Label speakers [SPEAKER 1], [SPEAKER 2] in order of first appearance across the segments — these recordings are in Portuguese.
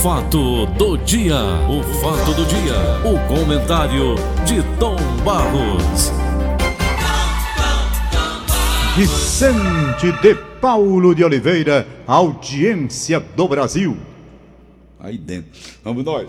[SPEAKER 1] fato do dia. O fato do dia. O comentário de Tom Barros.
[SPEAKER 2] Vicente de Paulo de Oliveira, audiência do Brasil.
[SPEAKER 3] Aí dentro. Vamos nós.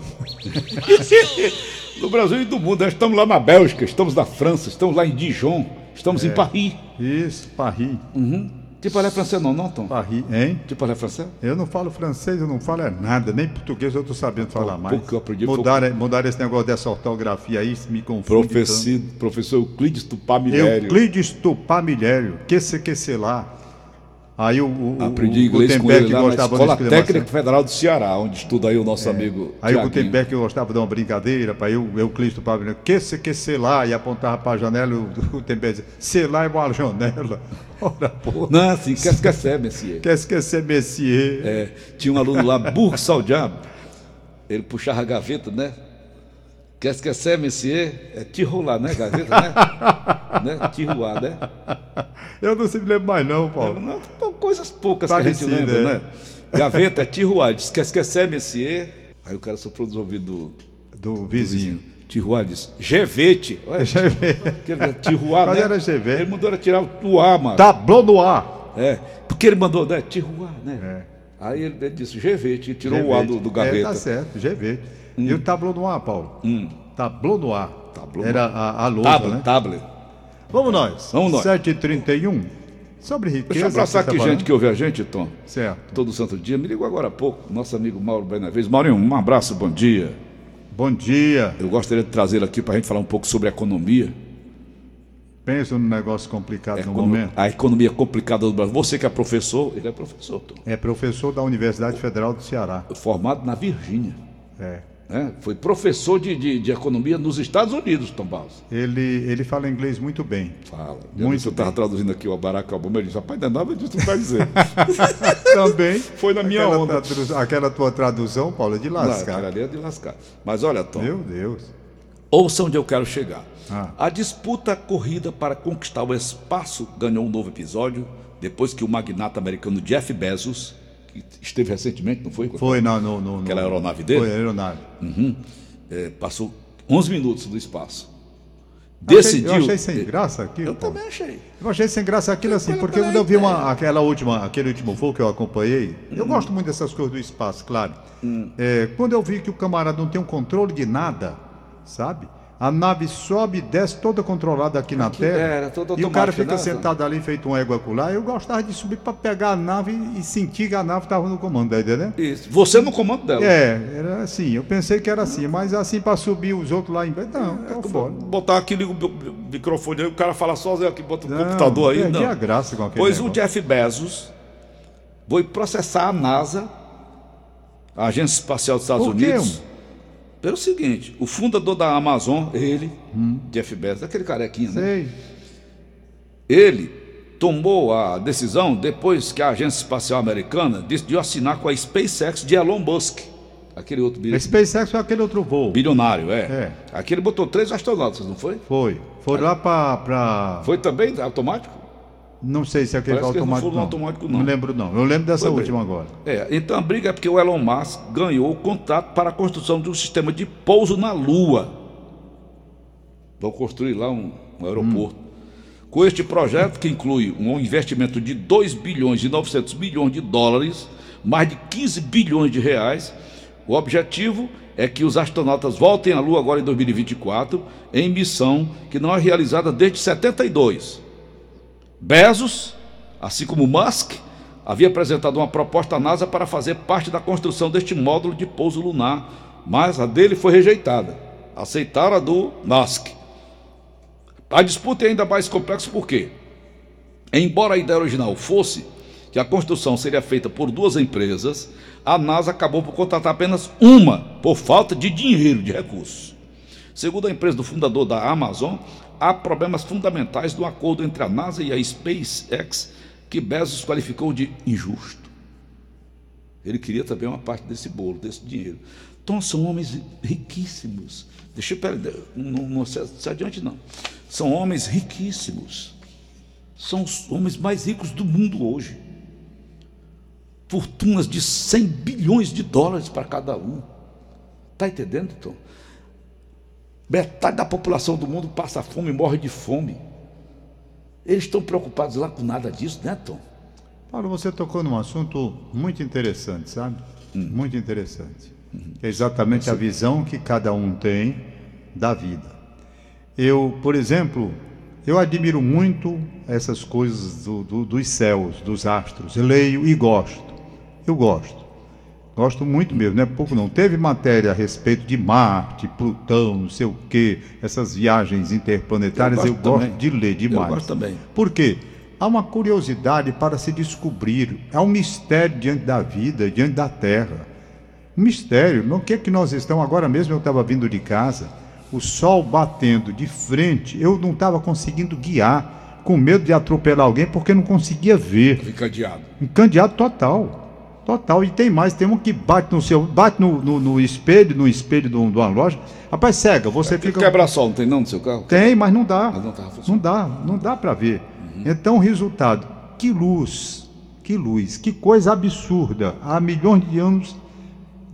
[SPEAKER 3] do Brasil e do mundo. Nós estamos lá na Bélgica, estamos na França, estamos lá em Dijon, estamos
[SPEAKER 2] É.
[SPEAKER 3] em Paris.
[SPEAKER 2] Isso, Paris.
[SPEAKER 3] Uhum. Tu parles francês não, não, Tom? Tipo, é
[SPEAKER 2] Paris, hein?
[SPEAKER 3] Tu parles francês?
[SPEAKER 2] Eu não falo francês, eu não falo é nada, nem português eu tô sabendo falar mais.
[SPEAKER 3] pouco que Então, eu aprendi foi-
[SPEAKER 2] mudaram, mudaram esse negócio dessa ortografia aí, isso me confunde. tanto.
[SPEAKER 3] Professor, professor Euclides Tupamilério.
[SPEAKER 2] Euclides Tupamilhério, que se que se lá. Aí o, o,
[SPEAKER 3] Aprendi
[SPEAKER 2] o
[SPEAKER 3] inglês com
[SPEAKER 2] Gutenberg
[SPEAKER 3] ele lá na
[SPEAKER 2] gostava assim.
[SPEAKER 3] Escola
[SPEAKER 2] de escrever
[SPEAKER 3] Técnica
[SPEAKER 2] bastante.
[SPEAKER 3] Federal do Ceará, onde estuda aí o nosso amigo
[SPEAKER 2] Aí o
[SPEAKER 3] Tiaguinho.
[SPEAKER 2] Gutenberg gostava de uma brincadeira, para eu, Euclides Tupamilhério, que se que se lá, e apontava para a janela, o Gutenberg dizia, se lá é uma janela. Ora, pô,
[SPEAKER 3] Não, assim, quer esquecer, Messier.
[SPEAKER 2] quer esquecer Messier.
[SPEAKER 3] É, tinha um aluno lá, burro saldiabo. Ele puxava a gaveta, né? Quer esquecer, Messier? É te rolar, né? Gaveta, né? né? Te rolar, né? É,
[SPEAKER 2] Eu não se me lembro mais não, Paulo.
[SPEAKER 3] Não, são coisas poucas que a gente
[SPEAKER 2] Parecido,
[SPEAKER 3] lembra,
[SPEAKER 2] é.
[SPEAKER 3] né? Gaveta, é te rolar. Diz, quer esquecer, Messier? Aí o cara soprou nos ouvidos do
[SPEAKER 2] Do vizinho.
[SPEAKER 3] Tijuá diz, Gevete. Olha, Tijuá,
[SPEAKER 2] Mas
[SPEAKER 3] né?
[SPEAKER 2] era Gevete. Tá.
[SPEAKER 3] Ele mandou ela tirar o A, mano.
[SPEAKER 2] Tablô no ar.
[SPEAKER 3] É, porque ele mandou, né? Tijuá, né? Aí ele, ele disse, Gevete, e tirou o A do, do
[SPEAKER 2] É,
[SPEAKER 3] gaveta. Hum.
[SPEAKER 2] tá certo, GV. E o tablô no ar, Paulo? Tablô no ar.
[SPEAKER 3] Tablô
[SPEAKER 2] Era a, a lousa,
[SPEAKER 3] Tablet,
[SPEAKER 2] né?
[SPEAKER 3] tablet.
[SPEAKER 2] Vamos nós.
[SPEAKER 3] Vamos nós.
[SPEAKER 2] 7h31. Sobre riqueza.
[SPEAKER 3] Deixa eu abraçar
[SPEAKER 2] você
[SPEAKER 3] aqui
[SPEAKER 2] tá
[SPEAKER 3] gente
[SPEAKER 2] falando?
[SPEAKER 3] que ouve a gente, Tom.
[SPEAKER 2] Certo.
[SPEAKER 3] Todo santo dia. Me ligou agora há pouco, nosso amigo Mauro Benavides. Maurinho, um abraço, bom dia.
[SPEAKER 2] Bom dia.
[SPEAKER 3] Eu gostaria de trazê-lo aqui para a gente falar um pouco sobre a economia.
[SPEAKER 2] Pensa num negócio complicado no
[SPEAKER 3] Econo-
[SPEAKER 2] Tá momento.
[SPEAKER 3] A economia complicada do Brasil. Você que é professor, ele é professor, Tom.
[SPEAKER 2] É professor da Universidade Federal do Ceará.
[SPEAKER 3] Formado na Virgínia.
[SPEAKER 2] É.
[SPEAKER 3] né? Foi professor de, de, de economia nos Estados Unidos, Tom Barros.
[SPEAKER 2] Ele, ele fala inglês muito bem.
[SPEAKER 3] Fala.
[SPEAKER 2] Muito
[SPEAKER 3] eu estava
[SPEAKER 2] bem.
[SPEAKER 3] traduzindo aqui o Barack Obama, ele disse, rapaz, não é nada disso que tu está dizendo.
[SPEAKER 2] Também.
[SPEAKER 3] Foi na minha
[SPEAKER 2] aquela
[SPEAKER 3] onda.
[SPEAKER 2] tradu- aquela tua tradução, Paulo, é de
[SPEAKER 3] Não,
[SPEAKER 2] lascar.
[SPEAKER 3] cara, ali é de lascar. Mas olha, Tom,
[SPEAKER 2] Meu Deus.
[SPEAKER 3] ouça onde eu quero chegar.
[SPEAKER 2] Ah.
[SPEAKER 3] A disputa corrida para conquistar o espaço ganhou um novo episódio, depois que o magnata americano Jeff Bezos, que esteve recentemente, não foi?
[SPEAKER 2] Foi não, não, não.
[SPEAKER 3] Aquela
[SPEAKER 2] não.
[SPEAKER 3] aeronave dele?
[SPEAKER 2] Foi a aeronave.
[SPEAKER 3] É, passou 11 minutos do espaço.
[SPEAKER 2] Eu
[SPEAKER 3] Decidiu.
[SPEAKER 2] achei sem graça aquilo.
[SPEAKER 3] Eu
[SPEAKER 2] Paulo.
[SPEAKER 3] também achei.
[SPEAKER 2] Eu achei sem graça aquilo assim,
[SPEAKER 3] Pela-
[SPEAKER 2] porque
[SPEAKER 3] pela
[SPEAKER 2] quando eu vi uma-
[SPEAKER 3] ideia.
[SPEAKER 2] aquela última, aquele último voo que eu acompanhei, eu
[SPEAKER 3] Hum.
[SPEAKER 2] gosto muito dessas coisas do espaço, claro. É, quando eu vi que o camarada não tem um controle de nada, sabe? A nave sobe e desce toda controlada aqui na Terra.
[SPEAKER 3] é, era toda
[SPEAKER 2] e o cara
[SPEAKER 3] automática,
[SPEAKER 2] fica
[SPEAKER 3] né?
[SPEAKER 2] sentado ali feito um égua acolá. Eu gostava de subir para pegar a nave e sentir que a nave estava no comando, tá entendendo?
[SPEAKER 3] Isso. Você no comando dela.
[SPEAKER 2] É, era assim. Eu pensei que era assim, mas assim para subir os outros lá em Não,
[SPEAKER 3] É
[SPEAKER 2] tô
[SPEAKER 3] como
[SPEAKER 2] fora.
[SPEAKER 3] Botar aqui, liga o meu- meu microfone aí, o cara fala sozinho aqui, bota o
[SPEAKER 2] Não,
[SPEAKER 3] computador aí.
[SPEAKER 2] perdi
[SPEAKER 3] Não.
[SPEAKER 2] a graça com aquele
[SPEAKER 3] pois o
[SPEAKER 2] negócio.
[SPEAKER 3] Jeff Bezos foi processar a NASA, a Agência Espacial dos Estados
[SPEAKER 2] Por quê,
[SPEAKER 3] Unidos, pelo seguinte: o fundador da Amazon, ele, Jeff Bezos, aquele carequinho, né?
[SPEAKER 2] Hum. Sei.
[SPEAKER 3] Ele tomou a decisão depois que a Agência Espacial Americana decidiu assinar com a SpaceX de Elon Musk, aquele outro
[SPEAKER 2] A
[SPEAKER 3] bil-
[SPEAKER 2] SpaceX foi aquele outro voo.
[SPEAKER 3] bilionário, é.
[SPEAKER 2] É.
[SPEAKER 3] Aqui ele botou três astronautas, não foi?
[SPEAKER 2] Foi. Foi lá para.
[SPEAKER 3] Foi também automático?
[SPEAKER 2] Não sei se é aquele
[SPEAKER 3] Parece que eles não
[SPEAKER 2] automático.
[SPEAKER 3] foram no automático, não.
[SPEAKER 2] Não lembro, não. Eu lembro dessa
[SPEAKER 3] Foi bem.
[SPEAKER 2] última agora.
[SPEAKER 3] É, então a briga é porque o Elon Musk ganhou o contrato para a construção de um sistema de pouso na Lua. Vão construir lá um, um aeroporto. Com este projeto, que inclui um investimento de 2 bilhões e 900 milhões de dólares, mais de 15 bilhões de reais, o objetivo é que os astronautas voltem à Lua agora em 2024, em missão que não é realizada desde 72. Bezos, assim como Musk, havia apresentado uma proposta à NASA para fazer parte da construção deste módulo de pouso lunar, mas a dele foi rejeitada. Aceitaram a do Musk. A disputa é ainda mais complexa porque, embora a ideia original fosse que a construção seria feita por duas empresas, a NASA acabou por contratar apenas uma por falta de dinheiro, de recursos. Segundo a empresa do fundador da Amazon, há problemas fundamentais do acordo entre a NASA e a SpaceX que Bezos qualificou de injusto. Ele queria também uma parte desse bolo, desse dinheiro. Então são homens riquíssimos. Deixa eu pera, não, não se, se adiante não. São homens riquíssimos. São os homens mais ricos do mundo hoje. fortunas de 100 bilhões de dólares para cada um. Está entendendo, Tom? Metade da população do mundo passa fome, morre de fome. Eles estão preocupados lá com nada disso, né, Tom?
[SPEAKER 2] Paulo, você tocou num assunto muito interessante, sabe?
[SPEAKER 3] Hum.
[SPEAKER 2] Muito interessante.
[SPEAKER 3] Uhum.
[SPEAKER 2] É exatamente a visão que cada um tem da vida. Eu, por exemplo, eu admiro muito essas coisas do- do- dos céus, dos astros. Eu leio e gosto. Eu gosto. Gosto muito mesmo, não é pouco não. Teve matéria a respeito de Marte, Plutão, não sei o quê, essas viagens interplanetárias.
[SPEAKER 3] Eu
[SPEAKER 2] Eu
[SPEAKER 3] gosto
[SPEAKER 2] gosto,
[SPEAKER 3] também.
[SPEAKER 2] de ler demais.
[SPEAKER 3] Eu gosto também.
[SPEAKER 2] Por quê? Há uma curiosidade para se descobrir, há um mistério diante da vida, diante da terra. Um mistério, não o que é que nós estamos agora mesmo? Eu estava vindo de casa, o sol batendo de frente, eu não estava conseguindo guiar, com medo de atropelar alguém porque não conseguia ver.
[SPEAKER 3] Fica diabo.
[SPEAKER 2] Um candeado total. Total. E tem mais, tem um que bate no seu. bate no, no, no espelho, no espelho de um- de uma loja. Rapaz, cega, você
[SPEAKER 3] Fica
[SPEAKER 2] fica.
[SPEAKER 3] quebra-sol, não tem não no seu carro?
[SPEAKER 2] Tem, mas não dá.
[SPEAKER 3] Mas não tava
[SPEAKER 2] não
[SPEAKER 3] funcionando. Uhum.
[SPEAKER 2] dá, não dá para ver. Então, resultado, que luz, que luz, que coisa absurda. Há milhões de anos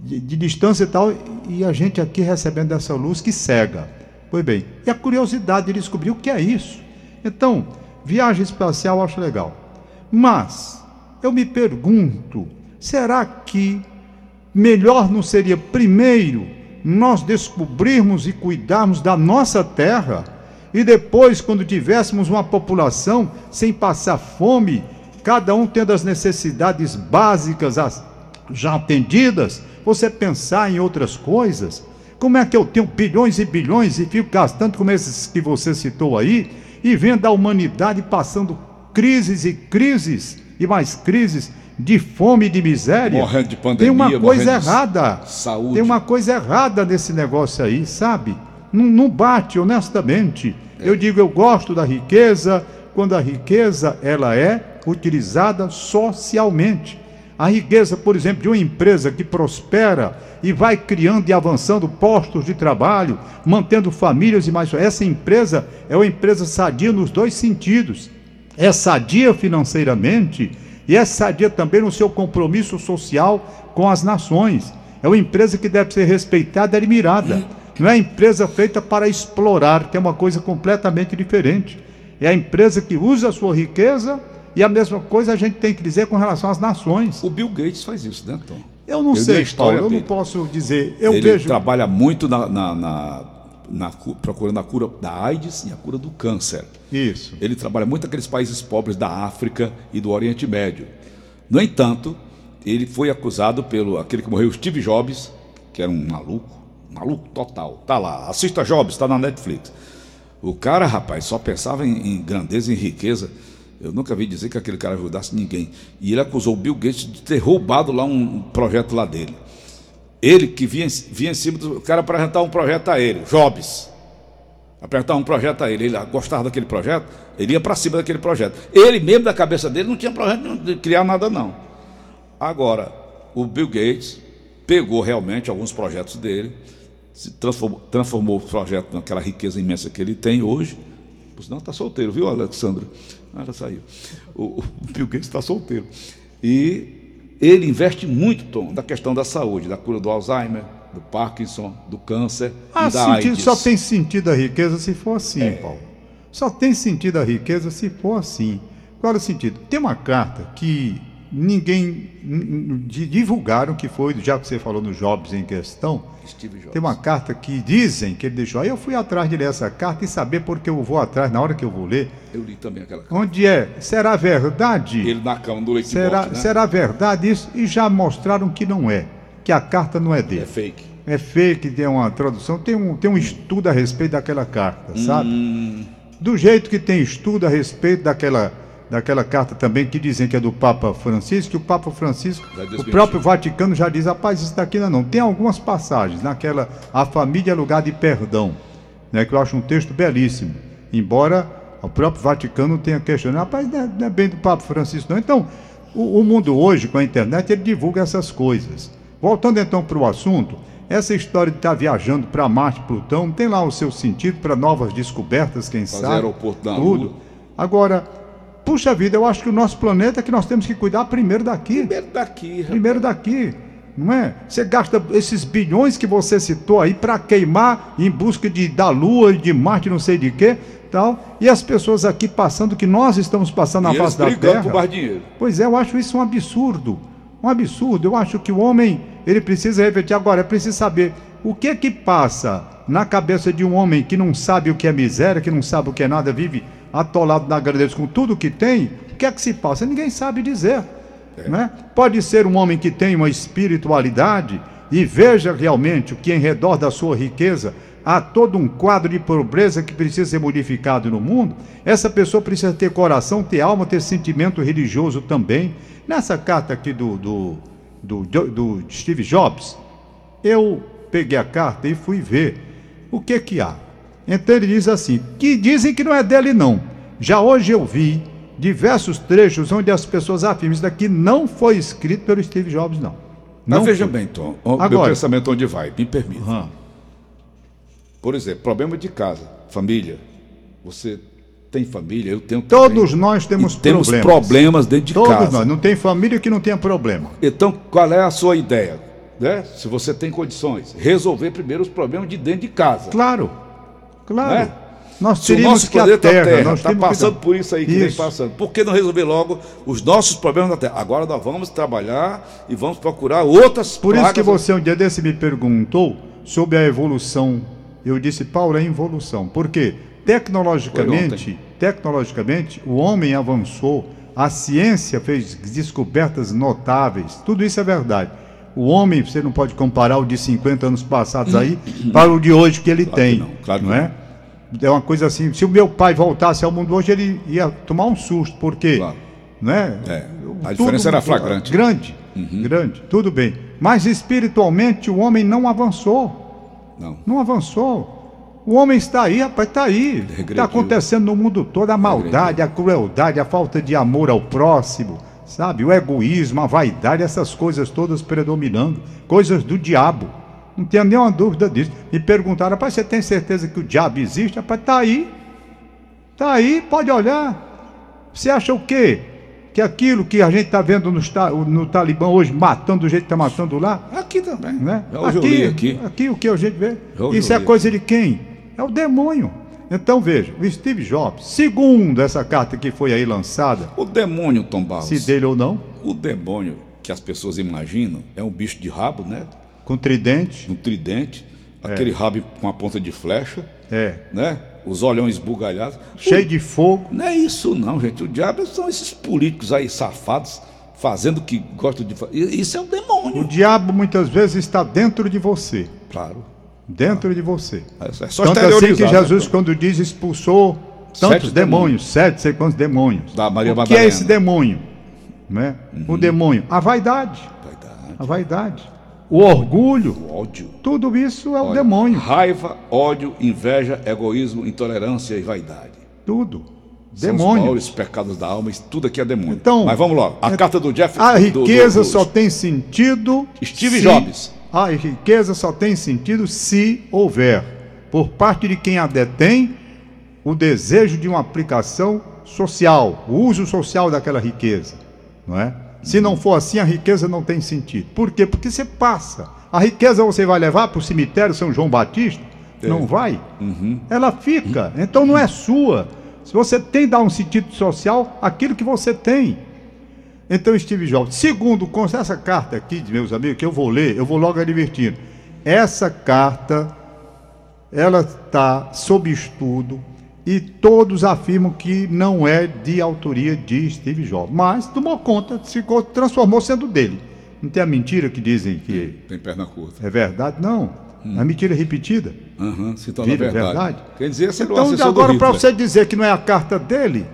[SPEAKER 2] de, de distância e tal, e a gente aqui recebendo essa luz que cega. Pois bem, e a curiosidade de descobrir o que é isso. Então, viagem espacial eu acho legal. Mas, eu me pergunto, será que melhor não seria primeiro nós descobrirmos e cuidarmos da nossa terra e depois, quando tivéssemos uma população sem passar fome, cada um tendo as necessidades básicas as- já atendidas, você pensar em outras coisas? Como é que eu tenho bilhões e bilhões e fico gastando como esses que você citou aí e vendo a humanidade passando crises e crises e mais crises de fome e de miséria?
[SPEAKER 3] Morrendo de pandemia,
[SPEAKER 2] Tem uma
[SPEAKER 3] morrendo
[SPEAKER 2] coisa
[SPEAKER 3] de
[SPEAKER 2] errada.
[SPEAKER 3] saúde.
[SPEAKER 2] Tem uma coisa errada nesse negócio aí, sabe? Não, não bate, honestamente. Eu digo, eu gosto da riqueza quando a riqueza ela é utilizada socialmente. A riqueza, por exemplo, de uma empresa que prospera e vai criando e avançando postos de trabalho, mantendo famílias e mais. Essa empresa é uma empresa sadia nos dois sentidos é sadia financeiramente e é sadia também no seu compromisso social com as nações. É uma empresa que deve ser respeitada e admirada. Não é empresa feita para explorar, que é uma coisa completamente diferente. É a empresa que usa a sua riqueza e a mesma coisa a gente tem que dizer com relação às nações.
[SPEAKER 3] O Bill Gates faz isso, né, Tom?
[SPEAKER 2] Eu não
[SPEAKER 3] Eu dei a
[SPEAKER 2] sei,
[SPEAKER 3] história
[SPEAKER 2] Paulo, eu não
[SPEAKER 3] dele.
[SPEAKER 2] posso dizer. Eu
[SPEAKER 3] Ele
[SPEAKER 2] vejo.
[SPEAKER 3] trabalha muito na, na, na, na cu- procurando a cura da AIDS e a cura do câncer.
[SPEAKER 2] Isso.
[SPEAKER 3] Ele trabalha muito naqueles países pobres da África e do Oriente Médio. No entanto, ele foi acusado pelo aquele que morreu, Steve Jobs, que era um maluco, maluco total. Tá lá, assista Jobs, tá na Netflix. O cara, rapaz, só pensava em, em grandeza e em riqueza. Eu nunca vi dizer que aquele cara ajudasse ninguém. E ele acusou o Bill Gates de ter roubado lá um projeto lá dele. Ele que vinha, vinha em cima do cara para apresentar um projeto a ele, Jobs. Apresentar um projeto a ele, ele gostava daquele projeto, ele ia para cima daquele projeto. Ele mesmo, da cabeça dele, não tinha projeto nenhum de criar nada, não. Agora, o Bill Gates pegou realmente alguns projetos dele, se transformou, transformou o projeto naquela riqueza imensa que ele tem hoje. Por sinal, está solteiro, viu, Alexandra? Ah, Ela saiu. O, o Bill Gates está solteiro. E ele investe muito, Tom, na questão da saúde, da cura do Alzheimer, do Parkinson, do câncer
[SPEAKER 2] Ah,
[SPEAKER 3] e da
[SPEAKER 2] sentido-
[SPEAKER 3] AIDS. É.
[SPEAKER 2] só tem sentido a riqueza se for assim, Paulo. Só tem sentido a riqueza se for assim. Qual era o sentido? Tem uma carta que ninguém hum, hum, di- divulgaram que foi, já que você falou no Jobs em questão,
[SPEAKER 3] Steve Jobs.
[SPEAKER 2] tem uma carta que dizem que ele deixou. Aí eu fui atrás de ler essa carta e saber porque eu vou atrás na hora que eu vou ler.
[SPEAKER 3] Eu li também aquela carta.
[SPEAKER 2] Onde é? Será verdade?
[SPEAKER 3] Ele na cama do leite
[SPEAKER 2] será,
[SPEAKER 3] box, né?
[SPEAKER 2] será verdade isso? E já mostraram que não é, que a carta não é dele
[SPEAKER 3] É fake.
[SPEAKER 2] é fake, tem uma tradução, tem um, tem um estudo a respeito daquela carta, sabe? Do jeito que tem estudo a respeito daquela, daquela carta também que dizem que é do Papa Francisco, que o Papa Francisco,
[SPEAKER 3] Já
[SPEAKER 2] o
[SPEAKER 3] desmentiu.
[SPEAKER 2] próprio Vaticano já diz, rapaz, isso daqui não, é não. Tem algumas passagens naquela A Família é Lugar de Perdão, né, que eu acho um texto belíssimo, embora o próprio Vaticano tenha questionado, rapaz, não é, não é bem do Papa Francisco não. Então, o, o mundo hoje, com a internet, ele divulga essas coisas. Voltando então para o assunto, essa história de estar viajando para Marte, Plutão, tem lá o seu sentido para novas descobertas, quem
[SPEAKER 3] Fazer
[SPEAKER 2] sabe?
[SPEAKER 3] aeroporto na
[SPEAKER 2] tudo.
[SPEAKER 3] Lua.
[SPEAKER 2] Agora, Puxa vida, eu acho que o nosso planeta é que nós temos que cuidar primeiro daqui.
[SPEAKER 3] Primeiro daqui, rapaz.
[SPEAKER 2] Primeiro daqui, não é? Você gasta esses bilhões que você citou aí para queimar em busca de da Lua, de Marte, não sei de quê, tal. E as pessoas aqui passando o que nós estamos passando na
[SPEAKER 3] E eles
[SPEAKER 2] face da
[SPEAKER 3] brigando
[SPEAKER 2] Terra.
[SPEAKER 3] por mais dinheiro.
[SPEAKER 2] Pois é, eu acho isso um absurdo. Um absurdo. Eu acho que o homem, ele precisa refletir agora, ele precisa saber o que que passa na cabeça de um homem que não sabe o que é miséria, que não sabe o que é nada, vive atolado na grandeza com tudo que tem. O que é que se passa? Ninguém sabe dizer. Né? Pode ser um homem que tem uma espiritualidade e veja realmente o que em redor da sua riqueza há todo um quadro de pobreza que precisa ser modificado no mundo, essa pessoa precisa ter coração, ter alma, ter sentimento religioso também. Nessa carta aqui do, do, do, do- do Steve Jobs, eu peguei a carta e fui ver o que que há. Então ele diz assim, que dizem que não é dele não. Já hoje eu vi diversos trechos onde as pessoas afirmam isso daqui não foi escrito pelo Steve Jobs não.
[SPEAKER 3] Mas
[SPEAKER 2] Não
[SPEAKER 3] veja
[SPEAKER 2] foi.
[SPEAKER 3] bem, Tom, o meu
[SPEAKER 2] Agora.
[SPEAKER 3] pensamento onde vai, me permita.
[SPEAKER 2] Aham.
[SPEAKER 3] Por exemplo, problema de casa, família. Você tem família, eu tenho também.
[SPEAKER 2] Todos nós temos
[SPEAKER 3] E temos problemas.
[SPEAKER 2] problemas.
[SPEAKER 3] dentro de
[SPEAKER 2] Todos
[SPEAKER 3] casa.
[SPEAKER 2] nós, não tem família que não tenha problema.
[SPEAKER 3] Então, qual é a sua ideia? Né? Se você tem condições, resolver primeiro os problemas de dentro de casa.
[SPEAKER 2] Claro, claro.
[SPEAKER 3] Né?
[SPEAKER 2] Nós
[SPEAKER 3] Se o
[SPEAKER 2] teríamos
[SPEAKER 3] nosso
[SPEAKER 2] que a
[SPEAKER 3] planeta
[SPEAKER 2] Terra, nós
[SPEAKER 3] está
[SPEAKER 2] temos que
[SPEAKER 3] passando
[SPEAKER 2] dar-
[SPEAKER 3] por isso aí que vem
[SPEAKER 2] Isso.
[SPEAKER 3] passando, por que não resolver logo os nossos problemas da Terra? Agora nós vamos trabalhar e vamos procurar outras
[SPEAKER 2] Por isso que
[SPEAKER 3] pragas-
[SPEAKER 2] você um dia desse me perguntou sobre a evolução. Eu disse, Paulo, é involução. Por quê? Tecnologicamente, tecnologicamente, o homem avançou, a ciência fez descobertas notáveis. Tudo isso é verdade. O homem, você não pode comparar o de 50 anos passados aí para o de hoje que ele
[SPEAKER 3] Claro que
[SPEAKER 2] tem.
[SPEAKER 3] não, claro que
[SPEAKER 2] não é? É uma coisa assim, se o meu pai voltasse ao mundo hoje, ele ia tomar um susto, porque
[SPEAKER 3] Claro.
[SPEAKER 2] né?
[SPEAKER 3] É, a
[SPEAKER 2] Tudo-
[SPEAKER 3] diferença era flagrante. Uhum.
[SPEAKER 2] Grande, grande, tudo bem. Mas espiritualmente o homem não avançou,
[SPEAKER 3] Não.
[SPEAKER 2] não avançou. O homem está aí, rapaz, está aí.
[SPEAKER 3] Regrediu.
[SPEAKER 2] Está acontecendo no mundo todo a maldade, a crueldade, a falta de amor ao próximo, sabe? O egoísmo, a vaidade, essas coisas todas predominando, coisas do diabo. Não tenho nenhuma dúvida disso. Me perguntaram, rapaz, você tem certeza que o diabo existe? Rapaz, está aí. Está aí, pode olhar. Você acha o quê? Que aquilo que a gente está vendo no, Ta- no Talibã hoje, matando do jeito que está matando lá,
[SPEAKER 3] Aqui também.
[SPEAKER 2] né?
[SPEAKER 3] Eu já li É aqui.
[SPEAKER 2] o que a gente vê?
[SPEAKER 3] Eu já
[SPEAKER 2] Isso é
[SPEAKER 3] li
[SPEAKER 2] coisa de quem? É o demônio. Então veja, o Steve Jobs, segundo essa carta que foi aí lançada,
[SPEAKER 3] O demônio, Tom Barros.
[SPEAKER 2] se dele ou não,
[SPEAKER 3] O demônio que as pessoas imaginam é um bicho de rabo, né?
[SPEAKER 2] com tridente,
[SPEAKER 3] Um tridente, aquele rabo com a ponta de flecha,
[SPEAKER 2] é,
[SPEAKER 3] né? Os olhões esbugalhados.
[SPEAKER 2] cheio de fogo,
[SPEAKER 3] Não é isso não, gente. O diabo são esses políticos aí safados fazendo o que gostam de fazer. Isso é um
[SPEAKER 2] o
[SPEAKER 3] demônio.
[SPEAKER 2] diabo muitas vezes está dentro de você,
[SPEAKER 3] Claro.
[SPEAKER 2] dentro de você.
[SPEAKER 3] É só
[SPEAKER 2] Tanto assim que
[SPEAKER 3] exteriorizar, né?
[SPEAKER 2] Jesus, quando diz, expulsou tantos
[SPEAKER 3] Sete
[SPEAKER 2] demônios, sete, sei quantos demônios.
[SPEAKER 3] Da Maria
[SPEAKER 2] o que é
[SPEAKER 3] Madalena. Uhum.
[SPEAKER 2] esse demônio? Né? O demônio, a vaidade,
[SPEAKER 3] Vaidade,
[SPEAKER 2] a vaidade, o orgulho,
[SPEAKER 3] né? ódio.
[SPEAKER 2] tudo isso é o
[SPEAKER 3] Olha,
[SPEAKER 2] demônio,
[SPEAKER 3] Raiva, ódio, inveja, egoísmo, intolerância e vaidade.
[SPEAKER 2] tudo,
[SPEAKER 3] São os
[SPEAKER 2] demônio.
[SPEAKER 3] maiores pecados da alma, isso tudo aqui é demônio.
[SPEAKER 2] Então,
[SPEAKER 3] Mas vamos logo. A
[SPEAKER 2] é-
[SPEAKER 3] carta do Jeff.
[SPEAKER 2] A
[SPEAKER 3] do- do-
[SPEAKER 2] riqueza
[SPEAKER 3] do-
[SPEAKER 2] só tem sentido.
[SPEAKER 3] Steve Jobs.
[SPEAKER 2] A riqueza só tem sentido se houver, por parte de quem a detém, o desejo de uma aplicação social, o uso social daquela riqueza, não é? Se não for assim, a riqueza não tem sentido. Por quê? Porque você passa. A riqueza você vai levar para o cemitério São João Batista?
[SPEAKER 3] É.
[SPEAKER 2] Não vai.
[SPEAKER 3] Uhum.
[SPEAKER 2] Ela fica. Então não é sua. Se você tem dar um sentido social, aquilo que você tem. Então, Steve Jobs, segundo consta essa carta aqui, de meus amigos, que eu vou ler, eu vou logo advertindo. Essa carta, ela está sob estudo e todos afirmam que não é de autoria de Steve Jobs, mas tomou conta, ficou, transformou sendo dele. Não tem a mentira que dizem que
[SPEAKER 3] Tem perna curta.
[SPEAKER 2] é verdade, não. A mentira é repetida.
[SPEAKER 3] Aham, se torna
[SPEAKER 2] Vira
[SPEAKER 3] verdade.
[SPEAKER 2] verdade.
[SPEAKER 3] Quer dizer, você
[SPEAKER 2] Então,
[SPEAKER 3] não
[SPEAKER 2] de
[SPEAKER 3] é
[SPEAKER 2] agora, para
[SPEAKER 3] para
[SPEAKER 2] você dizer que não é a carta dele,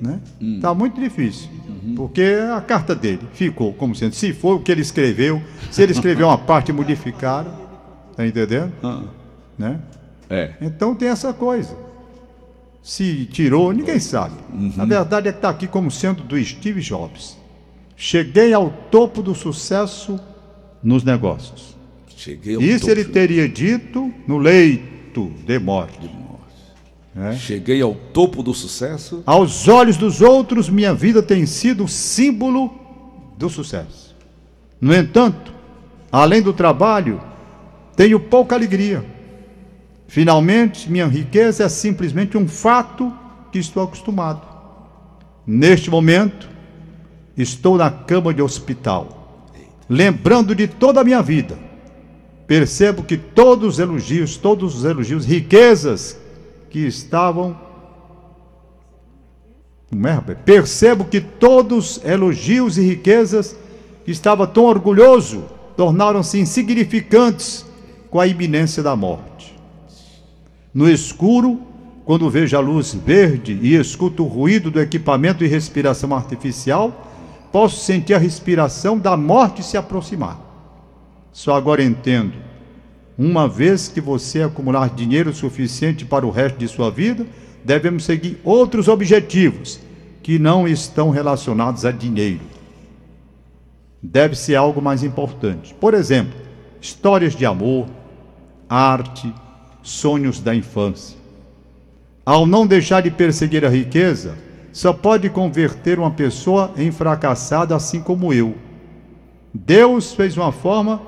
[SPEAKER 2] né? Tá muito difícil. Porque é a carta dele ficou como sendo. Se foi o que ele escreveu, se ele escreveu uma parte modificada, tá entendendo? Né?
[SPEAKER 3] É.
[SPEAKER 2] Então tem essa coisa. Se tirou, ninguém sabe. Na verdade é que está aqui como sendo do Steve Jobs. Cheguei ao topo do sucesso nos negócios.
[SPEAKER 3] Cheguei ao
[SPEAKER 2] Isso
[SPEAKER 3] topo
[SPEAKER 2] ele teria dito no leito de morte.
[SPEAKER 3] de morte.
[SPEAKER 2] É.
[SPEAKER 3] né? Cheguei ao topo do sucesso.
[SPEAKER 2] Aos olhos dos outros, minha vida tem sido um símbolo do sucesso. No entanto, além do trabalho, tenho pouca alegria. Finalmente, minha riqueza é simplesmente um fato que estou acostumado. Neste momento, estou na cama de hospital, lembrando de toda a minha vida. Percebo que todos os elogios, todos os elogios, riquezas que estavam. Como é, rapaz? Percebo que todos elogios e riquezas que estava tão orgulhoso tornaram-se insignificantes com a iminência da morte. No escuro, quando vejo a luz verde e escuto o ruído do equipamento de respiração artificial, posso sentir a respiração da morte se aproximar. Só agora entendo. Uma vez que você acumular dinheiro suficiente para o resto de sua vida, devemos seguir outros objetivos que não estão relacionados a dinheiro. Deve ser algo mais importante. Por exemplo, histórias de amor, arte, sonhos da infância. Ao não deixar de perseguir a riqueza, só pode converter uma pessoa em fracassada, assim como eu. Deus fez uma forma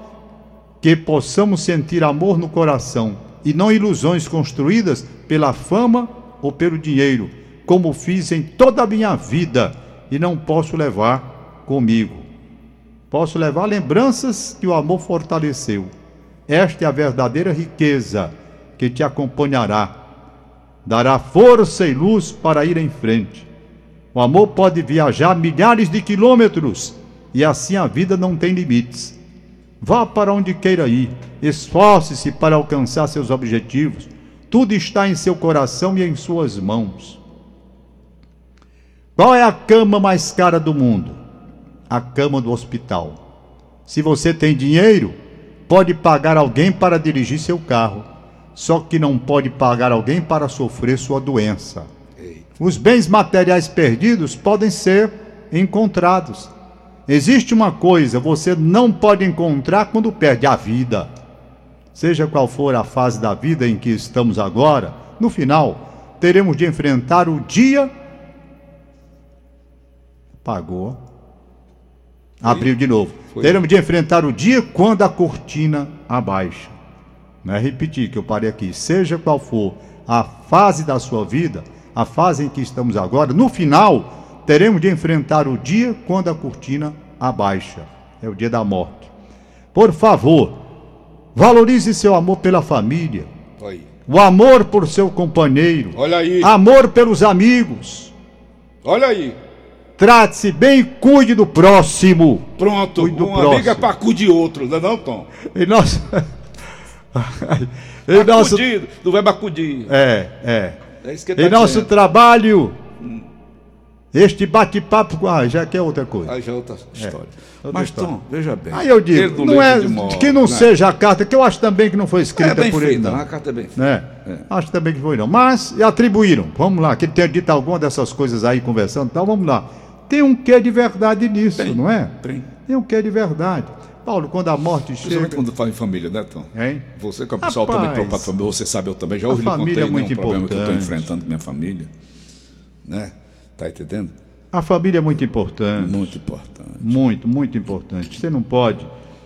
[SPEAKER 2] que possamos sentir amor no coração e não ilusões construídas pela fama ou pelo dinheiro, como fiz em toda a minha vida e não posso levar comigo. Posso levar lembranças que o amor fortaleceu. Esta é a verdadeira riqueza que te acompanhará, dará força e luz para ir em frente. O amor pode viajar milhares de quilômetros e assim a vida não tem limites. Vá para onde queira ir, esforce-se para alcançar seus objetivos. Tudo está em seu coração e em suas mãos. Qual é a cama mais cara do mundo? A cama do hospital. Se você tem dinheiro, pode pagar alguém para dirigir seu carro, só que não pode pagar alguém para sofrer sua doença. Os bens materiais perdidos podem ser encontrados, Existe uma coisa você não pode encontrar quando perde a vida. Seja qual for a fase da vida em que estamos agora, no final teremos de enfrentar o dia. Apagou. Abriu de novo.
[SPEAKER 3] Foi.
[SPEAKER 2] Teremos de enfrentar o dia quando a cortina abaixa. Não é repetir que eu parei aqui. Seja qual for a fase da sua vida, a fase em que estamos agora, no final teremos de enfrentar o dia quando a cortina abaixa. É o dia da morte. Por favor, valorize seu amor pela família,
[SPEAKER 3] Olha aí.
[SPEAKER 2] o amor por seu companheiro,
[SPEAKER 3] Olha aí.
[SPEAKER 2] amor pelos amigos.
[SPEAKER 3] Olha aí.
[SPEAKER 2] Trate-se bem e cuide do próximo.
[SPEAKER 3] Pronto.
[SPEAKER 2] Cuide do
[SPEAKER 3] Um amigo é
[SPEAKER 2] próximo.
[SPEAKER 3] pra cu de outro, não é não, Tom?
[SPEAKER 2] E nós.
[SPEAKER 3] Tá
[SPEAKER 2] e nosso...
[SPEAKER 3] Acudido, do verbo acudir.
[SPEAKER 2] É, é.
[SPEAKER 3] É isso que ele
[SPEAKER 2] Em
[SPEAKER 3] tá
[SPEAKER 2] nosso
[SPEAKER 3] dizendo.
[SPEAKER 2] trabalho, este bate-papo, com- ah, já que é outra coisa.
[SPEAKER 3] Aí já é outra história.
[SPEAKER 2] outra
[SPEAKER 3] Mas,
[SPEAKER 2] história.
[SPEAKER 3] Tom, veja bem.
[SPEAKER 2] Aí eu
[SPEAKER 3] ele
[SPEAKER 2] digo, não
[SPEAKER 3] lembra
[SPEAKER 2] é
[SPEAKER 3] de morte,
[SPEAKER 2] que não
[SPEAKER 3] né?
[SPEAKER 2] seja a carta, que eu acho também que não foi
[SPEAKER 3] É
[SPEAKER 2] escrita
[SPEAKER 3] bem
[SPEAKER 2] por ele,
[SPEAKER 3] feita,
[SPEAKER 2] não.
[SPEAKER 3] a carta é bem feita.
[SPEAKER 2] Né?
[SPEAKER 3] É.
[SPEAKER 2] Acho também que foi não. Mas atribuíram. Vamos lá, que ele tenha dito alguma dessas coisas aí conversando e tal, vamos lá. Tem um quê de verdade nisso,
[SPEAKER 3] Tem,
[SPEAKER 2] não é?
[SPEAKER 3] tem.
[SPEAKER 2] Tem um quê de verdade. Paulo, quando a morte
[SPEAKER 3] Principalmente
[SPEAKER 2] chega.
[SPEAKER 3] quando fala em família, né, Tom?
[SPEAKER 2] Hein?
[SPEAKER 3] Você que é o pessoal
[SPEAKER 2] Rapaz.
[SPEAKER 3] também preocupado com a família, você sabe, eu também já
[SPEAKER 2] A
[SPEAKER 3] ouvi lhe
[SPEAKER 2] família
[SPEAKER 3] contei
[SPEAKER 2] é muito
[SPEAKER 3] né, um problema que eu estou
[SPEAKER 2] importante.
[SPEAKER 3] enfrentando com minha família. Né? Tá entendendo?
[SPEAKER 2] A família é muito importante.
[SPEAKER 3] Muito importante.
[SPEAKER 2] Muito, muito importante. Você não pode.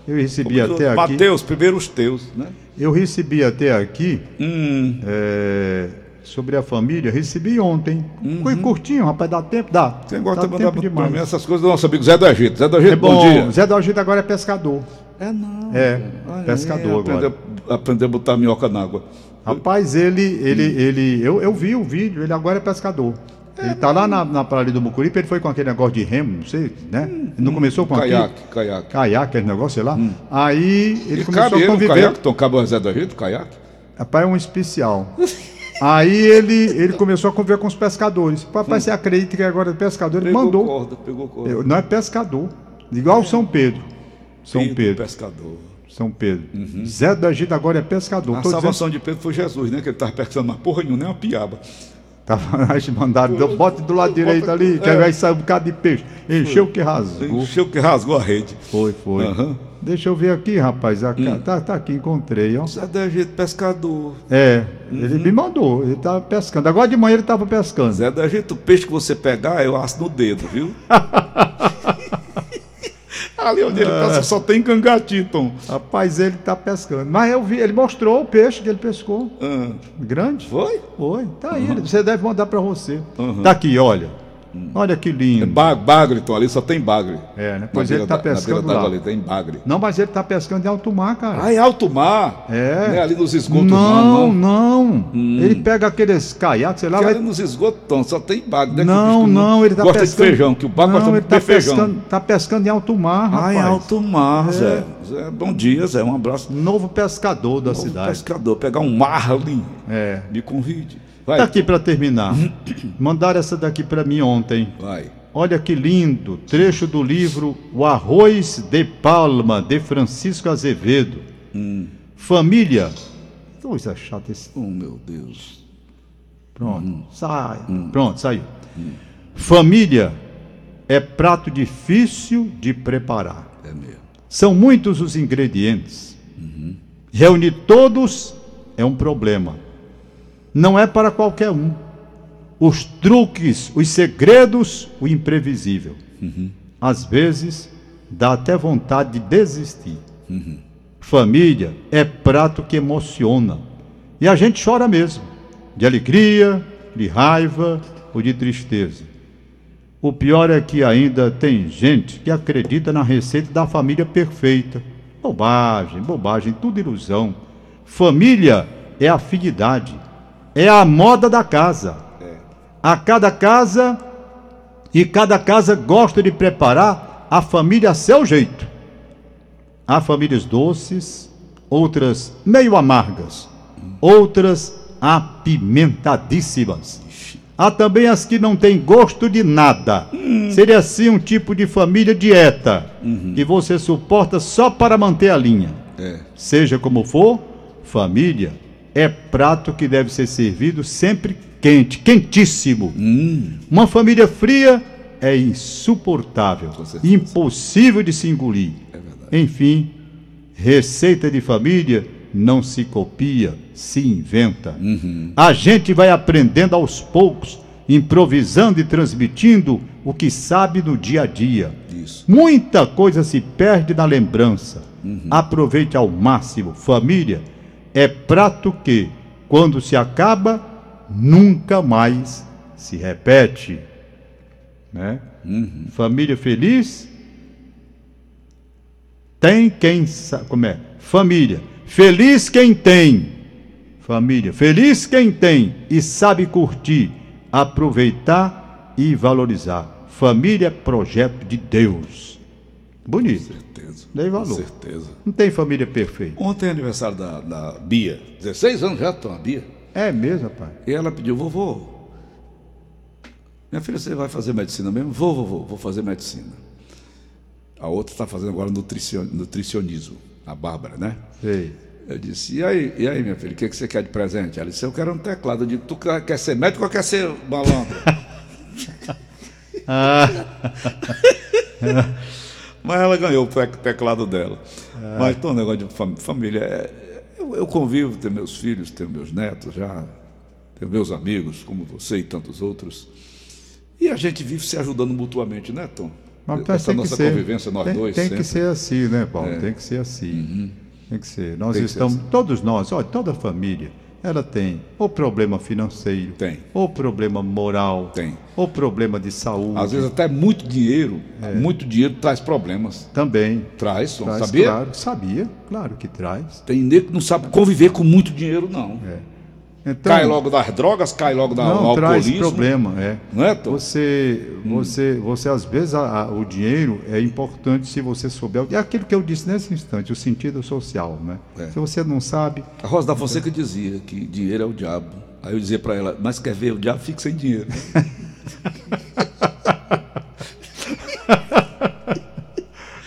[SPEAKER 2] Eu recebi até aqui.
[SPEAKER 3] Mateus, primeiro os teus, né?
[SPEAKER 2] Eu recebi até aqui
[SPEAKER 3] Hum,
[SPEAKER 2] é, sobre a família, recebi ontem. Foi curtinho, rapaz, dá tempo, dá.
[SPEAKER 3] Uhum. você gosta
[SPEAKER 2] dá
[SPEAKER 3] de mandar
[SPEAKER 2] Ah, tá tempo
[SPEAKER 3] pra
[SPEAKER 2] demais.
[SPEAKER 3] mim essas coisas do nosso amigo Zé do Egito. Zé do Egito,
[SPEAKER 2] É
[SPEAKER 3] bom,
[SPEAKER 2] bom,
[SPEAKER 3] dia.
[SPEAKER 2] Zé Dalgito agora é pescador.
[SPEAKER 3] É não.
[SPEAKER 2] É,
[SPEAKER 3] Ah,
[SPEAKER 2] pescador
[SPEAKER 3] aprendeu-
[SPEAKER 2] agora.
[SPEAKER 3] Aprendeu a botar minhoca na água.
[SPEAKER 2] Rapaz, ele, ele,
[SPEAKER 3] Hum.
[SPEAKER 2] ele, eu, eu vi o vídeo, ele agora é pescador.
[SPEAKER 3] É
[SPEAKER 2] Ele tá lá na, na praia do Mucuripe, ele foi com aquele negócio de remo, não sei, né? Não começou com aquele
[SPEAKER 3] Hum. Caiaque, caiaque.
[SPEAKER 2] caiaque, aquele negócio, sei lá. Aí ele
[SPEAKER 3] E
[SPEAKER 2] começou
[SPEAKER 3] cabe
[SPEAKER 2] a
[SPEAKER 3] ele no
[SPEAKER 2] conviver.
[SPEAKER 3] caiaque, Tom? Cabe o Zé do Egito, caiaque?
[SPEAKER 2] Rapaz, é um especial. Aí ele, ele começou a conviver com os pescadores. Papai, você acredita que agora é pescador? Ele
[SPEAKER 3] Hum. Pegou É.
[SPEAKER 2] mandou.
[SPEAKER 3] corda, pegou corda.
[SPEAKER 2] Eu- não é pescador. Igual o São Pedro. São
[SPEAKER 3] Filho do
[SPEAKER 2] Pedro.
[SPEAKER 3] Pescador.
[SPEAKER 2] São Pedro. Zé da Gita agora é pescador.
[SPEAKER 3] A
[SPEAKER 2] Tô dizendo-
[SPEAKER 3] Uhum. salvação de Pedro foi Jesus, né? Que ele estava pescando uma porra nenhuma, nem uma piaba.
[SPEAKER 2] Tava lá, eles mandaram, deu- bota do lado direito ali, que
[SPEAKER 3] É.
[SPEAKER 2] aí vai sair um bocado de peixe. Encheu que rasgou.
[SPEAKER 3] Encheu que rasgou a rede.
[SPEAKER 2] Foi, foi.
[SPEAKER 3] Aham. Hum.
[SPEAKER 2] Deixa eu ver aqui, rapaz. Aqui, tá, tá aqui, encontrei, ó.
[SPEAKER 3] Isso é da gente pescador.
[SPEAKER 2] É, ele me mandou, ele tava pescando. Agora de manhã ele tava pescando.
[SPEAKER 3] Zé da gente, o peixe que você pegar, eu asso no dedo, viu? Ali onde ele tá, só tem cangati, Tom.
[SPEAKER 2] Rapaz, ele tá pescando. Mas eu vi, ele mostrou o peixe que ele pescou.
[SPEAKER 3] Ah,
[SPEAKER 2] Grande?
[SPEAKER 3] foi?
[SPEAKER 2] Foi. Tá
[SPEAKER 3] Uhum.
[SPEAKER 2] aí, você deve mandar pra você. Tá aqui, olha. Olha que
[SPEAKER 3] É
[SPEAKER 2] lindo.
[SPEAKER 3] ba- bagre, Tom, ali só tem bagre.
[SPEAKER 2] É, né?
[SPEAKER 3] Na
[SPEAKER 2] Pois ele
[SPEAKER 3] beira
[SPEAKER 2] tá
[SPEAKER 3] da- na beira
[SPEAKER 2] pescando
[SPEAKER 3] d'água
[SPEAKER 2] lá.
[SPEAKER 3] ali, tem bagre.
[SPEAKER 2] Não, mas ele tá pescando em alto mar, cara.
[SPEAKER 3] Ah, é alto mar.
[SPEAKER 2] É.
[SPEAKER 3] Não é ali nos esgotos,
[SPEAKER 2] Não,
[SPEAKER 3] não. Hum.
[SPEAKER 2] não. Ele pega aqueles caiaques, sei lá,
[SPEAKER 3] Porque
[SPEAKER 2] vai.
[SPEAKER 3] ali nos esgotos, Tom, só tem bagre. né, que o
[SPEAKER 2] Não,
[SPEAKER 3] bicho
[SPEAKER 2] não, ele tá
[SPEAKER 3] gosta
[SPEAKER 2] pescando.
[SPEAKER 3] de feijão, que o bagre gosta
[SPEAKER 2] não,
[SPEAKER 3] muito
[SPEAKER 2] ele tá
[SPEAKER 3] de feijão.
[SPEAKER 2] pescando, tá pescando em alto mar,
[SPEAKER 3] Ah,
[SPEAKER 2] rapaz.
[SPEAKER 3] é alto mar, Zé. Zé. Bom dia, Zé. Um abraço.
[SPEAKER 2] Novo pescador da
[SPEAKER 3] Novo
[SPEAKER 2] cidade.
[SPEAKER 3] pescador, pegar um marlin.
[SPEAKER 2] É.
[SPEAKER 3] Me convide.
[SPEAKER 2] Tá
[SPEAKER 3] Vai,
[SPEAKER 2] aqui pra terminar. Mandaram essa daqui pra mim ontem.
[SPEAKER 3] vai.
[SPEAKER 2] Olha que lindo, trecho do livro O Arroz de Palma, de Francisco Azevedo. Família. Coisa chata esse
[SPEAKER 3] Oh, meu Deus.
[SPEAKER 2] Pronto, sai. Pronto, saiu. Família é prato difícil de preparar.
[SPEAKER 3] É mesmo.
[SPEAKER 2] São muitos os ingredientes. Reunir todos é um problema. Não é para qualquer um. Os truques, os segredos, o imprevisível. Às vezes, dá até vontade de desistir. Família é prato que emociona. E a gente chora mesmo, de alegria, de raiva ou de tristeza. O pior é que ainda tem gente que acredita na receita da família perfeita. Bobagem, bobagem, tudo ilusão. Família é afinidade, é a moda da casa. A cada casa, e cada casa gosta de preparar a família a seu jeito. Há famílias doces, outras meio amargas, outras apimentadíssimas. Há também as que não têm gosto de nada.
[SPEAKER 3] Hum.
[SPEAKER 2] Seria assim um tipo de família dieta,
[SPEAKER 3] Uhum.
[SPEAKER 2] que você suporta só para manter a linha.
[SPEAKER 3] É.
[SPEAKER 2] Seja como for, família é prato que deve ser servido sempre quente, quentíssimo.
[SPEAKER 3] Hum,
[SPEAKER 2] Uma família fria é insuportável,
[SPEAKER 3] Com certeza.
[SPEAKER 2] impossível de se engolir.
[SPEAKER 3] é verdade.
[SPEAKER 2] Enfim, receita de família não se copia, se inventa.
[SPEAKER 3] Uhum.
[SPEAKER 2] A gente vai aprendendo aos poucos, improvisando e transmitindo o que sabe no dia a dia.
[SPEAKER 3] Isso.
[SPEAKER 2] Muita coisa se perde na lembrança. Aproveite ao máximo. Família é prato que, quando se acaba, nunca mais se repete. Né? Família feliz tem quem sabe. Como é? Família. Feliz quem tem. Família. Feliz quem tem e sabe curtir, aproveitar e valorizar. Família é projeto de Deus. Bonito.
[SPEAKER 3] Certeza.
[SPEAKER 2] Dei valor.
[SPEAKER 3] Certeza.
[SPEAKER 2] Não tem família perfeita.
[SPEAKER 3] Ontem é aniversário da, da Bia. 16 anos já, Tom, a Bia.
[SPEAKER 2] É mesmo, rapaz.
[SPEAKER 3] E ela pediu, vovô, minha filha, você vai fazer medicina mesmo? Vou, vovô, vou fazer medicina. A outra está fazendo agora nutricion- nutricionismo, a Bárbara, né?
[SPEAKER 2] Sei.
[SPEAKER 3] Eu disse, e aí, e aí minha filha, o que, que você quer de presente? Ela disse, eu quero um teclado. Eu disse, tu quer quer ser médico ou quer ser malandro?
[SPEAKER 2] Ah.
[SPEAKER 3] Mas ela ganhou o tec- teclado dela.
[SPEAKER 2] É.
[SPEAKER 3] Mas então, o negócio de fam- família. é- eu, eu convivo, tenho meus filhos, tenho meus netos já, tenho meus amigos, como você e tantos outros. E a gente vive se ajudando mutuamente, né, Tom?
[SPEAKER 2] Mas
[SPEAKER 3] Essa
[SPEAKER 2] tem que
[SPEAKER 3] nossa
[SPEAKER 2] ser.
[SPEAKER 3] convivência, nós
[SPEAKER 2] tem,
[SPEAKER 3] dois,
[SPEAKER 2] Tem
[SPEAKER 3] sempre. É. Uhum.
[SPEAKER 2] que ser assim, né, Paulo? Tem que ser assim. Tem que ser. Nós
[SPEAKER 3] Tem que ser
[SPEAKER 2] estamos,
[SPEAKER 3] assim.
[SPEAKER 2] todos nós, olha, toda a família, ela tem ou problema financeiro,
[SPEAKER 3] Tem.
[SPEAKER 2] ou problema moral,
[SPEAKER 3] Tem.
[SPEAKER 2] ou problema de saúde.
[SPEAKER 3] Às vezes até muito dinheiro, muito dinheiro traz problemas.
[SPEAKER 2] Também.
[SPEAKER 3] Traz, Tom,
[SPEAKER 2] É. Traz,
[SPEAKER 3] sabia?
[SPEAKER 2] Claro, sabia, claro que traz.
[SPEAKER 3] Tem nego que não sabe conviver com muito dinheiro, não.
[SPEAKER 2] É. Então,
[SPEAKER 3] Cai logo das drogas, cai logo da, do
[SPEAKER 2] não traz
[SPEAKER 3] alcoolismo. Hum.
[SPEAKER 2] problema, é.
[SPEAKER 3] Não é, Tom?
[SPEAKER 2] Você, você, você às vezes a- a- o dinheiro é importante se você souber. o- É aquilo que eu disse nesse instante, o sentido social, né?
[SPEAKER 3] É.
[SPEAKER 2] Se você não sabe,
[SPEAKER 3] A Rosa da Fonseca dizia que dinheiro é o diabo. Aí eu dizia para ela, mas quer ver, o diabo fica sem dinheiro.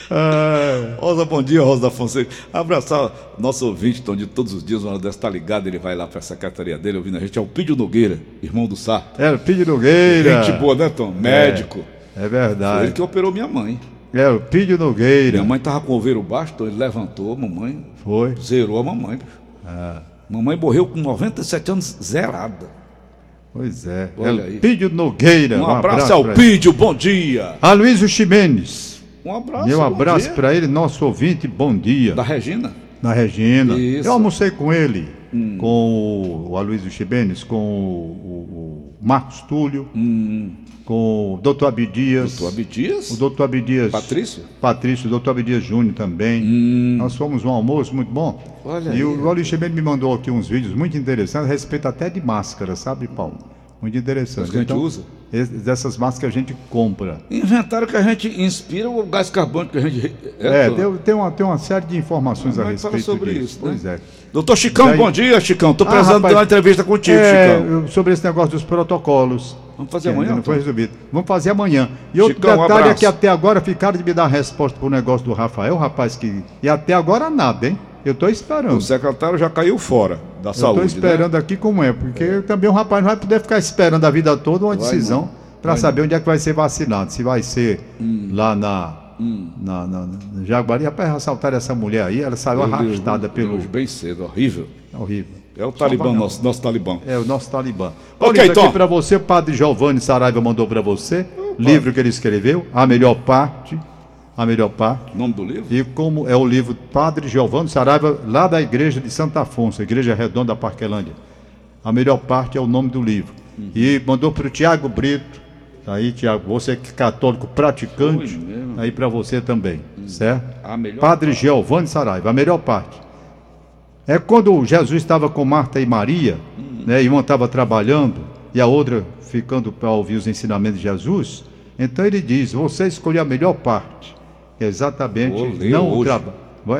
[SPEAKER 3] Ah. Rosa, bom dia, Rosa da Fonseca. Abraçar nosso ouvinte, Tom, de todos os dias, uma hora dessa tá ligado, ele vai lá para a secretaria dele ouvindo a gente, é o Pídio Nogueira, irmão do Sá.
[SPEAKER 2] era Pide É Nogueira.
[SPEAKER 3] Gente boa, né, Tom? Médico.
[SPEAKER 2] É
[SPEAKER 3] Foi ele
[SPEAKER 2] verdade.
[SPEAKER 3] que operou minha mãe.
[SPEAKER 2] Elpidio Nogueira.
[SPEAKER 3] Minha mãe tava com o oveiro baixo, então ele levantou, mamãe,
[SPEAKER 2] Foi.
[SPEAKER 3] zerou a mamãe. bicho.
[SPEAKER 2] É.
[SPEAKER 3] Mamãe morreu com 97 anos zerada.
[SPEAKER 2] Pois é.
[SPEAKER 3] Olha aí.
[SPEAKER 2] Elpidio Nogueira.
[SPEAKER 3] Um, abraço, ao
[SPEAKER 2] É, pra ele.
[SPEAKER 3] Pídio, bom dia.
[SPEAKER 2] Aloysio Ximenes.
[SPEAKER 3] Um abraço.
[SPEAKER 2] Meu
[SPEAKER 3] bom
[SPEAKER 2] abraço
[SPEAKER 3] dia.
[SPEAKER 2] para ele, nosso ouvinte, bom dia.
[SPEAKER 3] Da Regina?
[SPEAKER 2] Na Regina.
[SPEAKER 3] Isso.
[SPEAKER 2] Eu
[SPEAKER 3] Hum.
[SPEAKER 2] almocei com ele, com o Aloysio Ximenes, com o, o- o Marcos Túlio,
[SPEAKER 3] Hum.
[SPEAKER 2] com o Dr. Abidias.
[SPEAKER 3] Tu Abdias?
[SPEAKER 2] O doutor Abdias.
[SPEAKER 3] Patrício? Hum.
[SPEAKER 2] Patrício, o doutor Abdias Júnior também. Nós fomos um almoço muito bom.
[SPEAKER 3] Olha
[SPEAKER 2] e
[SPEAKER 3] aí,
[SPEAKER 2] o Olívio Chemeiro me mandou aqui uns vídeos muito interessantes, a respeito até de máscara, sabe, Paulo? Muito interessante. Então,
[SPEAKER 3] Os que a gente usa?
[SPEAKER 2] es- Dessas máscaras que a gente compra.
[SPEAKER 3] Inventaram que a gente inspira o gás carbônico que a gente.
[SPEAKER 2] É,
[SPEAKER 3] Tom.
[SPEAKER 2] tem, tem uma, tem uma série de informações a
[SPEAKER 3] Mas fala
[SPEAKER 2] respeito
[SPEAKER 3] sobre
[SPEAKER 2] disso.
[SPEAKER 3] isso, né?
[SPEAKER 2] pois é.
[SPEAKER 3] Doutor Chicão,
[SPEAKER 2] Daí-
[SPEAKER 3] bom dia, Chicão. Tô precisando
[SPEAKER 2] Ah, rapaz,
[SPEAKER 3] de uma entrevista contigo,
[SPEAKER 2] É,
[SPEAKER 3] Chicão.
[SPEAKER 2] eu- sobre esse negócio dos protocolos.
[SPEAKER 3] Vamos fazer
[SPEAKER 2] que ainda
[SPEAKER 3] amanhã,
[SPEAKER 2] Não foi
[SPEAKER 3] Antônio?
[SPEAKER 2] resolvido. Vamos fazer amanhã. E outro
[SPEAKER 3] Chicão, um
[SPEAKER 2] detalhe é
[SPEAKER 3] abraço.
[SPEAKER 2] que até agora ficaram de me dar a resposta pro negócio do Rafael, rapaz, que. E até agora nada, hein? Eu tô esperando.
[SPEAKER 3] O secretário já caiu fora da
[SPEAKER 2] Eu
[SPEAKER 3] saúde.
[SPEAKER 2] tô
[SPEAKER 3] né?
[SPEAKER 2] esperando aqui como é, porque também o rapaz não vai poder ficar esperando a vida toda uma decisão para saber onde é que vai ser vacinado. Se vai ser
[SPEAKER 3] Hum.
[SPEAKER 2] lá na, na, na, na Jaguari. Rapaz, assaltaram essa mulher aí, ela saiu
[SPEAKER 3] Meu Deus,
[SPEAKER 2] arrastada
[SPEAKER 3] meu
[SPEAKER 2] pelo.
[SPEAKER 3] Deus, bem cedo, horrível.
[SPEAKER 2] Horrível.
[SPEAKER 3] É o talibã,
[SPEAKER 2] Salva-
[SPEAKER 3] nosso, nosso talibã.
[SPEAKER 2] É o nosso Talibã.
[SPEAKER 3] Ok,
[SPEAKER 2] Olha isso
[SPEAKER 3] Tom.
[SPEAKER 2] aqui para você, o padre Giovanni Saraiva mandou para você, livro que ele escreveu, A Melhor Parte, A Melhor Parte.
[SPEAKER 3] Nome do livro?
[SPEAKER 2] E como é o livro Padre Giovanni Saraiva, lá da igreja de Santo Afonso, Igreja Redonda Parquelândia. A melhor parte é o nome do livro. E mandou para o Tiago Brito. Tá Aí, Tiago, você que é católico praticante,
[SPEAKER 3] Foi mesmo.
[SPEAKER 2] aí para você também, certo?
[SPEAKER 3] A melhor
[SPEAKER 2] Padre Giovanni Saraiva, a melhor parte. É quando Jesus estava com Marta e Maria, né, e uma estava trabalhando e a outra ficando para ouvir os ensinamentos de Jesus. Então ele diz: Você escolheu a melhor parte. Que é Exatamente,
[SPEAKER 3] Vou ler
[SPEAKER 2] não o
[SPEAKER 3] hoje.
[SPEAKER 2] trabalho.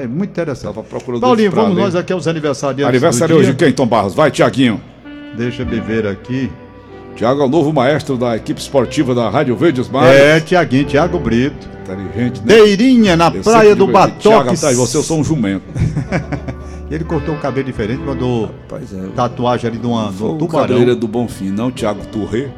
[SPEAKER 2] É muito interessante.
[SPEAKER 3] Tava procurando
[SPEAKER 2] Paulinho,
[SPEAKER 3] isso pra
[SPEAKER 2] vamos
[SPEAKER 3] ler.
[SPEAKER 2] nós aqui aos aniversariantes.
[SPEAKER 3] Aniversário é
[SPEAKER 2] do
[SPEAKER 3] hoje
[SPEAKER 2] dia.
[SPEAKER 3] de quem, Tom Barros? Vai, Tiaguinho.
[SPEAKER 2] Deixa eu beber aqui.
[SPEAKER 3] Tiago é o novo maestro da equipe esportiva da Rádio Verdes Mares.
[SPEAKER 2] É, Tiaguinho, Tiago Brito.
[SPEAKER 3] Inteligente, né?
[SPEAKER 2] Beirinha, na
[SPEAKER 3] Eu
[SPEAKER 2] Praia
[SPEAKER 3] sempre
[SPEAKER 2] do
[SPEAKER 3] digo aqui, Tiago,
[SPEAKER 2] Batoques.
[SPEAKER 3] atrás de você eu sou um jumento.
[SPEAKER 2] Ele cortou o cabelo diferente, mandou
[SPEAKER 3] Pois é.
[SPEAKER 2] tatuagem ali de uma- de
[SPEAKER 3] Sou
[SPEAKER 2] um
[SPEAKER 3] o
[SPEAKER 2] tubarão.
[SPEAKER 3] Cabreira do Bonfim, não, Tiago Turré.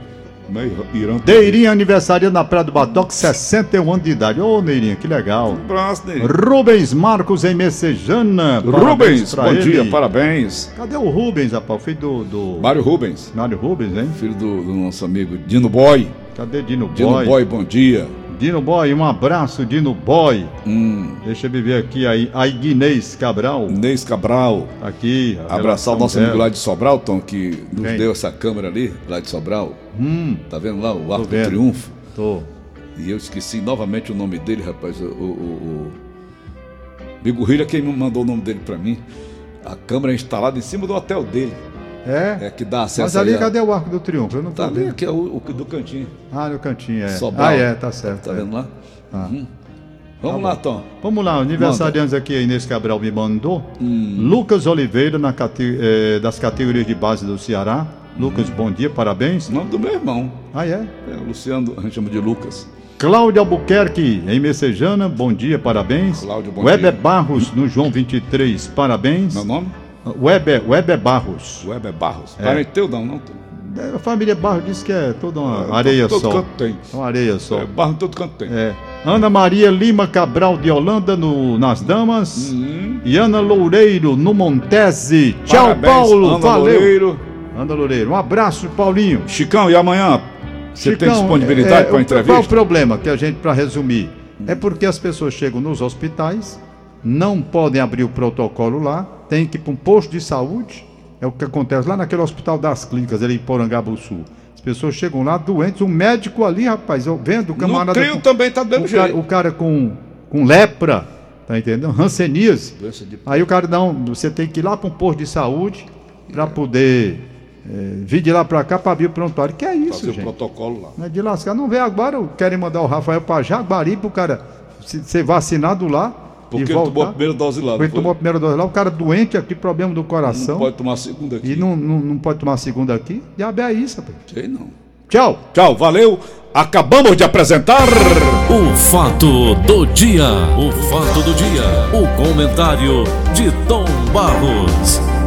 [SPEAKER 3] Né? Irã
[SPEAKER 2] Neirinha aniversário na Praia do Batoque, 61 anos de idade. Ô, Neirinha, que legal.
[SPEAKER 3] Um abraço, né?
[SPEAKER 2] Rubens Marcos em Messejana.
[SPEAKER 3] Rubens, bom dia,
[SPEAKER 2] para.
[SPEAKER 3] parabéns.
[SPEAKER 2] Cadê o Rubens, rapaz? O filho do, do
[SPEAKER 3] Mário Rubens,
[SPEAKER 2] Mário Rubens, hein?
[SPEAKER 3] filho do, do nosso amigo Dino Boy.
[SPEAKER 2] Cadê Dino Boy?
[SPEAKER 3] Dino Boy, bom dia.
[SPEAKER 2] Dino Boy, um abraço, Dino Boy.
[SPEAKER 3] Hum,
[SPEAKER 2] Deixa eu viver aqui aí. A Ignez Cabral, Tá
[SPEAKER 3] Inês Cabral.
[SPEAKER 2] aqui. a
[SPEAKER 3] Abraçar
[SPEAKER 2] relação
[SPEAKER 3] o nosso
[SPEAKER 2] dela.
[SPEAKER 3] amigo lá de Sobral, Tom, que nos
[SPEAKER 2] Quem?
[SPEAKER 3] deu essa câmera ali, lá de Sobral.
[SPEAKER 2] Hum,
[SPEAKER 3] Tá vendo lá o Arco do
[SPEAKER 2] vendo.
[SPEAKER 3] Triunfo?
[SPEAKER 2] tô.
[SPEAKER 3] E eu esqueci novamente o nome dele, rapaz. O, o, o- o... Bigurrilha é quem me mandou o nome dele pra mim. A câmera é instalada em cima do hotel dele.
[SPEAKER 2] É?
[SPEAKER 3] É que dá
[SPEAKER 2] Mas
[SPEAKER 3] acesso
[SPEAKER 2] ali,
[SPEAKER 3] aí a-
[SPEAKER 2] cadê o Arco do Triunfo? Eu não
[SPEAKER 3] Tá
[SPEAKER 2] tô
[SPEAKER 3] ali,
[SPEAKER 2] vendo.
[SPEAKER 3] que é o, o do cantinho.
[SPEAKER 2] Ah, no cantinho, é.
[SPEAKER 3] Sobral.
[SPEAKER 2] Ah, é, tá certo.
[SPEAKER 3] Tá
[SPEAKER 2] é.
[SPEAKER 3] vendo lá?
[SPEAKER 2] Ah. Tá
[SPEAKER 3] Uhum. Vamos lá, Tom.
[SPEAKER 2] Vamos lá, aniversariantes aqui, a Inês Cabral me mandou.
[SPEAKER 3] Hum.
[SPEAKER 2] Lucas Oliveira, na cate- eh, das categorias de base do Ceará. Lucas,
[SPEAKER 3] Hum.
[SPEAKER 2] bom dia, parabéns.
[SPEAKER 3] Nome do meu irmão.
[SPEAKER 2] Ah, é?
[SPEAKER 3] É, o Luciano, a gente chama de Lucas.
[SPEAKER 2] Cláudio Albuquerque, em Messejana, bom dia, parabéns.
[SPEAKER 3] Cláudio, bom
[SPEAKER 2] Weber
[SPEAKER 3] dia.
[SPEAKER 2] Barros, no João 23, parabéns.
[SPEAKER 3] Meu nome?
[SPEAKER 2] Weber, Weber Barros.
[SPEAKER 3] Weber Barros.
[SPEAKER 2] É.
[SPEAKER 3] Parente teu não, não. Tom.
[SPEAKER 2] A família Barros diz que é toda
[SPEAKER 3] É,
[SPEAKER 2] uma
[SPEAKER 3] todo-
[SPEAKER 2] areia
[SPEAKER 3] todo
[SPEAKER 2] só.
[SPEAKER 3] canto tem.
[SPEAKER 2] Uma areia só.
[SPEAKER 3] É, Barros em todo canto tem.
[SPEAKER 2] É. Ana Maria Lima Cabral de Holanda no, nas
[SPEAKER 3] Hum.
[SPEAKER 2] Damas. E Ana Loureiro no Montese. Tchau,
[SPEAKER 3] Parabéns,
[SPEAKER 2] Paulo.
[SPEAKER 3] Ana
[SPEAKER 2] valeu.
[SPEAKER 3] Loureiro.
[SPEAKER 2] Ana Loureiro. Um abraço, Paulinho.
[SPEAKER 3] Chicão, e amanhã? Você tem
[SPEAKER 2] Chicão, é,
[SPEAKER 3] disponibilidade para
[SPEAKER 2] o-
[SPEAKER 3] entrevista?
[SPEAKER 2] Qual o problema que a gente, para resumir? É porque as pessoas chegam nos hospitais, não podem abrir o protocolo lá, tem que ir para um posto de saúde. É o que acontece lá naquele hospital das clínicas, ali em Porangabuçu. As pessoas chegam lá doentes, o médico ali, rapaz, eu vendo o
[SPEAKER 3] No
[SPEAKER 2] camarada.
[SPEAKER 3] Crio
[SPEAKER 2] com-
[SPEAKER 3] também tá do mesmo
[SPEAKER 2] o cara,
[SPEAKER 3] jeito.
[SPEAKER 2] o cara com, com lepra, tá entendendo? Hanseníase.
[SPEAKER 3] Doença de-
[SPEAKER 2] Aí o cara não, você tem que ir lá para um posto de saúde
[SPEAKER 3] É.
[SPEAKER 2] para poder eh, vir de lá para cá para abrir o prontuário. Que é isso,
[SPEAKER 3] Fazer o
[SPEAKER 2] gente?
[SPEAKER 3] protocolo lá.
[SPEAKER 2] Não é de lascar. Não vem agora, querem mandar o Rafael para Jaguari para o cara se- ser vacinado lá
[SPEAKER 3] Porque
[SPEAKER 2] e
[SPEAKER 3] ele
[SPEAKER 2] voltar.
[SPEAKER 3] tomou a primeira dose lá.
[SPEAKER 2] Porque
[SPEAKER 3] não
[SPEAKER 2] ele
[SPEAKER 3] foi?
[SPEAKER 2] tomou a primeira dose lá, o cara doente aqui, problema do
[SPEAKER 3] Não
[SPEAKER 2] coração.
[SPEAKER 3] pode tomar a segunda aqui.
[SPEAKER 2] E não, não, não pode tomar a segunda aqui. Diabo é isso, rapaz.
[SPEAKER 3] Sei não.
[SPEAKER 2] Tchau!
[SPEAKER 3] Tchau, valeu. Acabamos de apresentar.
[SPEAKER 1] O fato do dia. O fato do dia. O comentário de Tom Barros.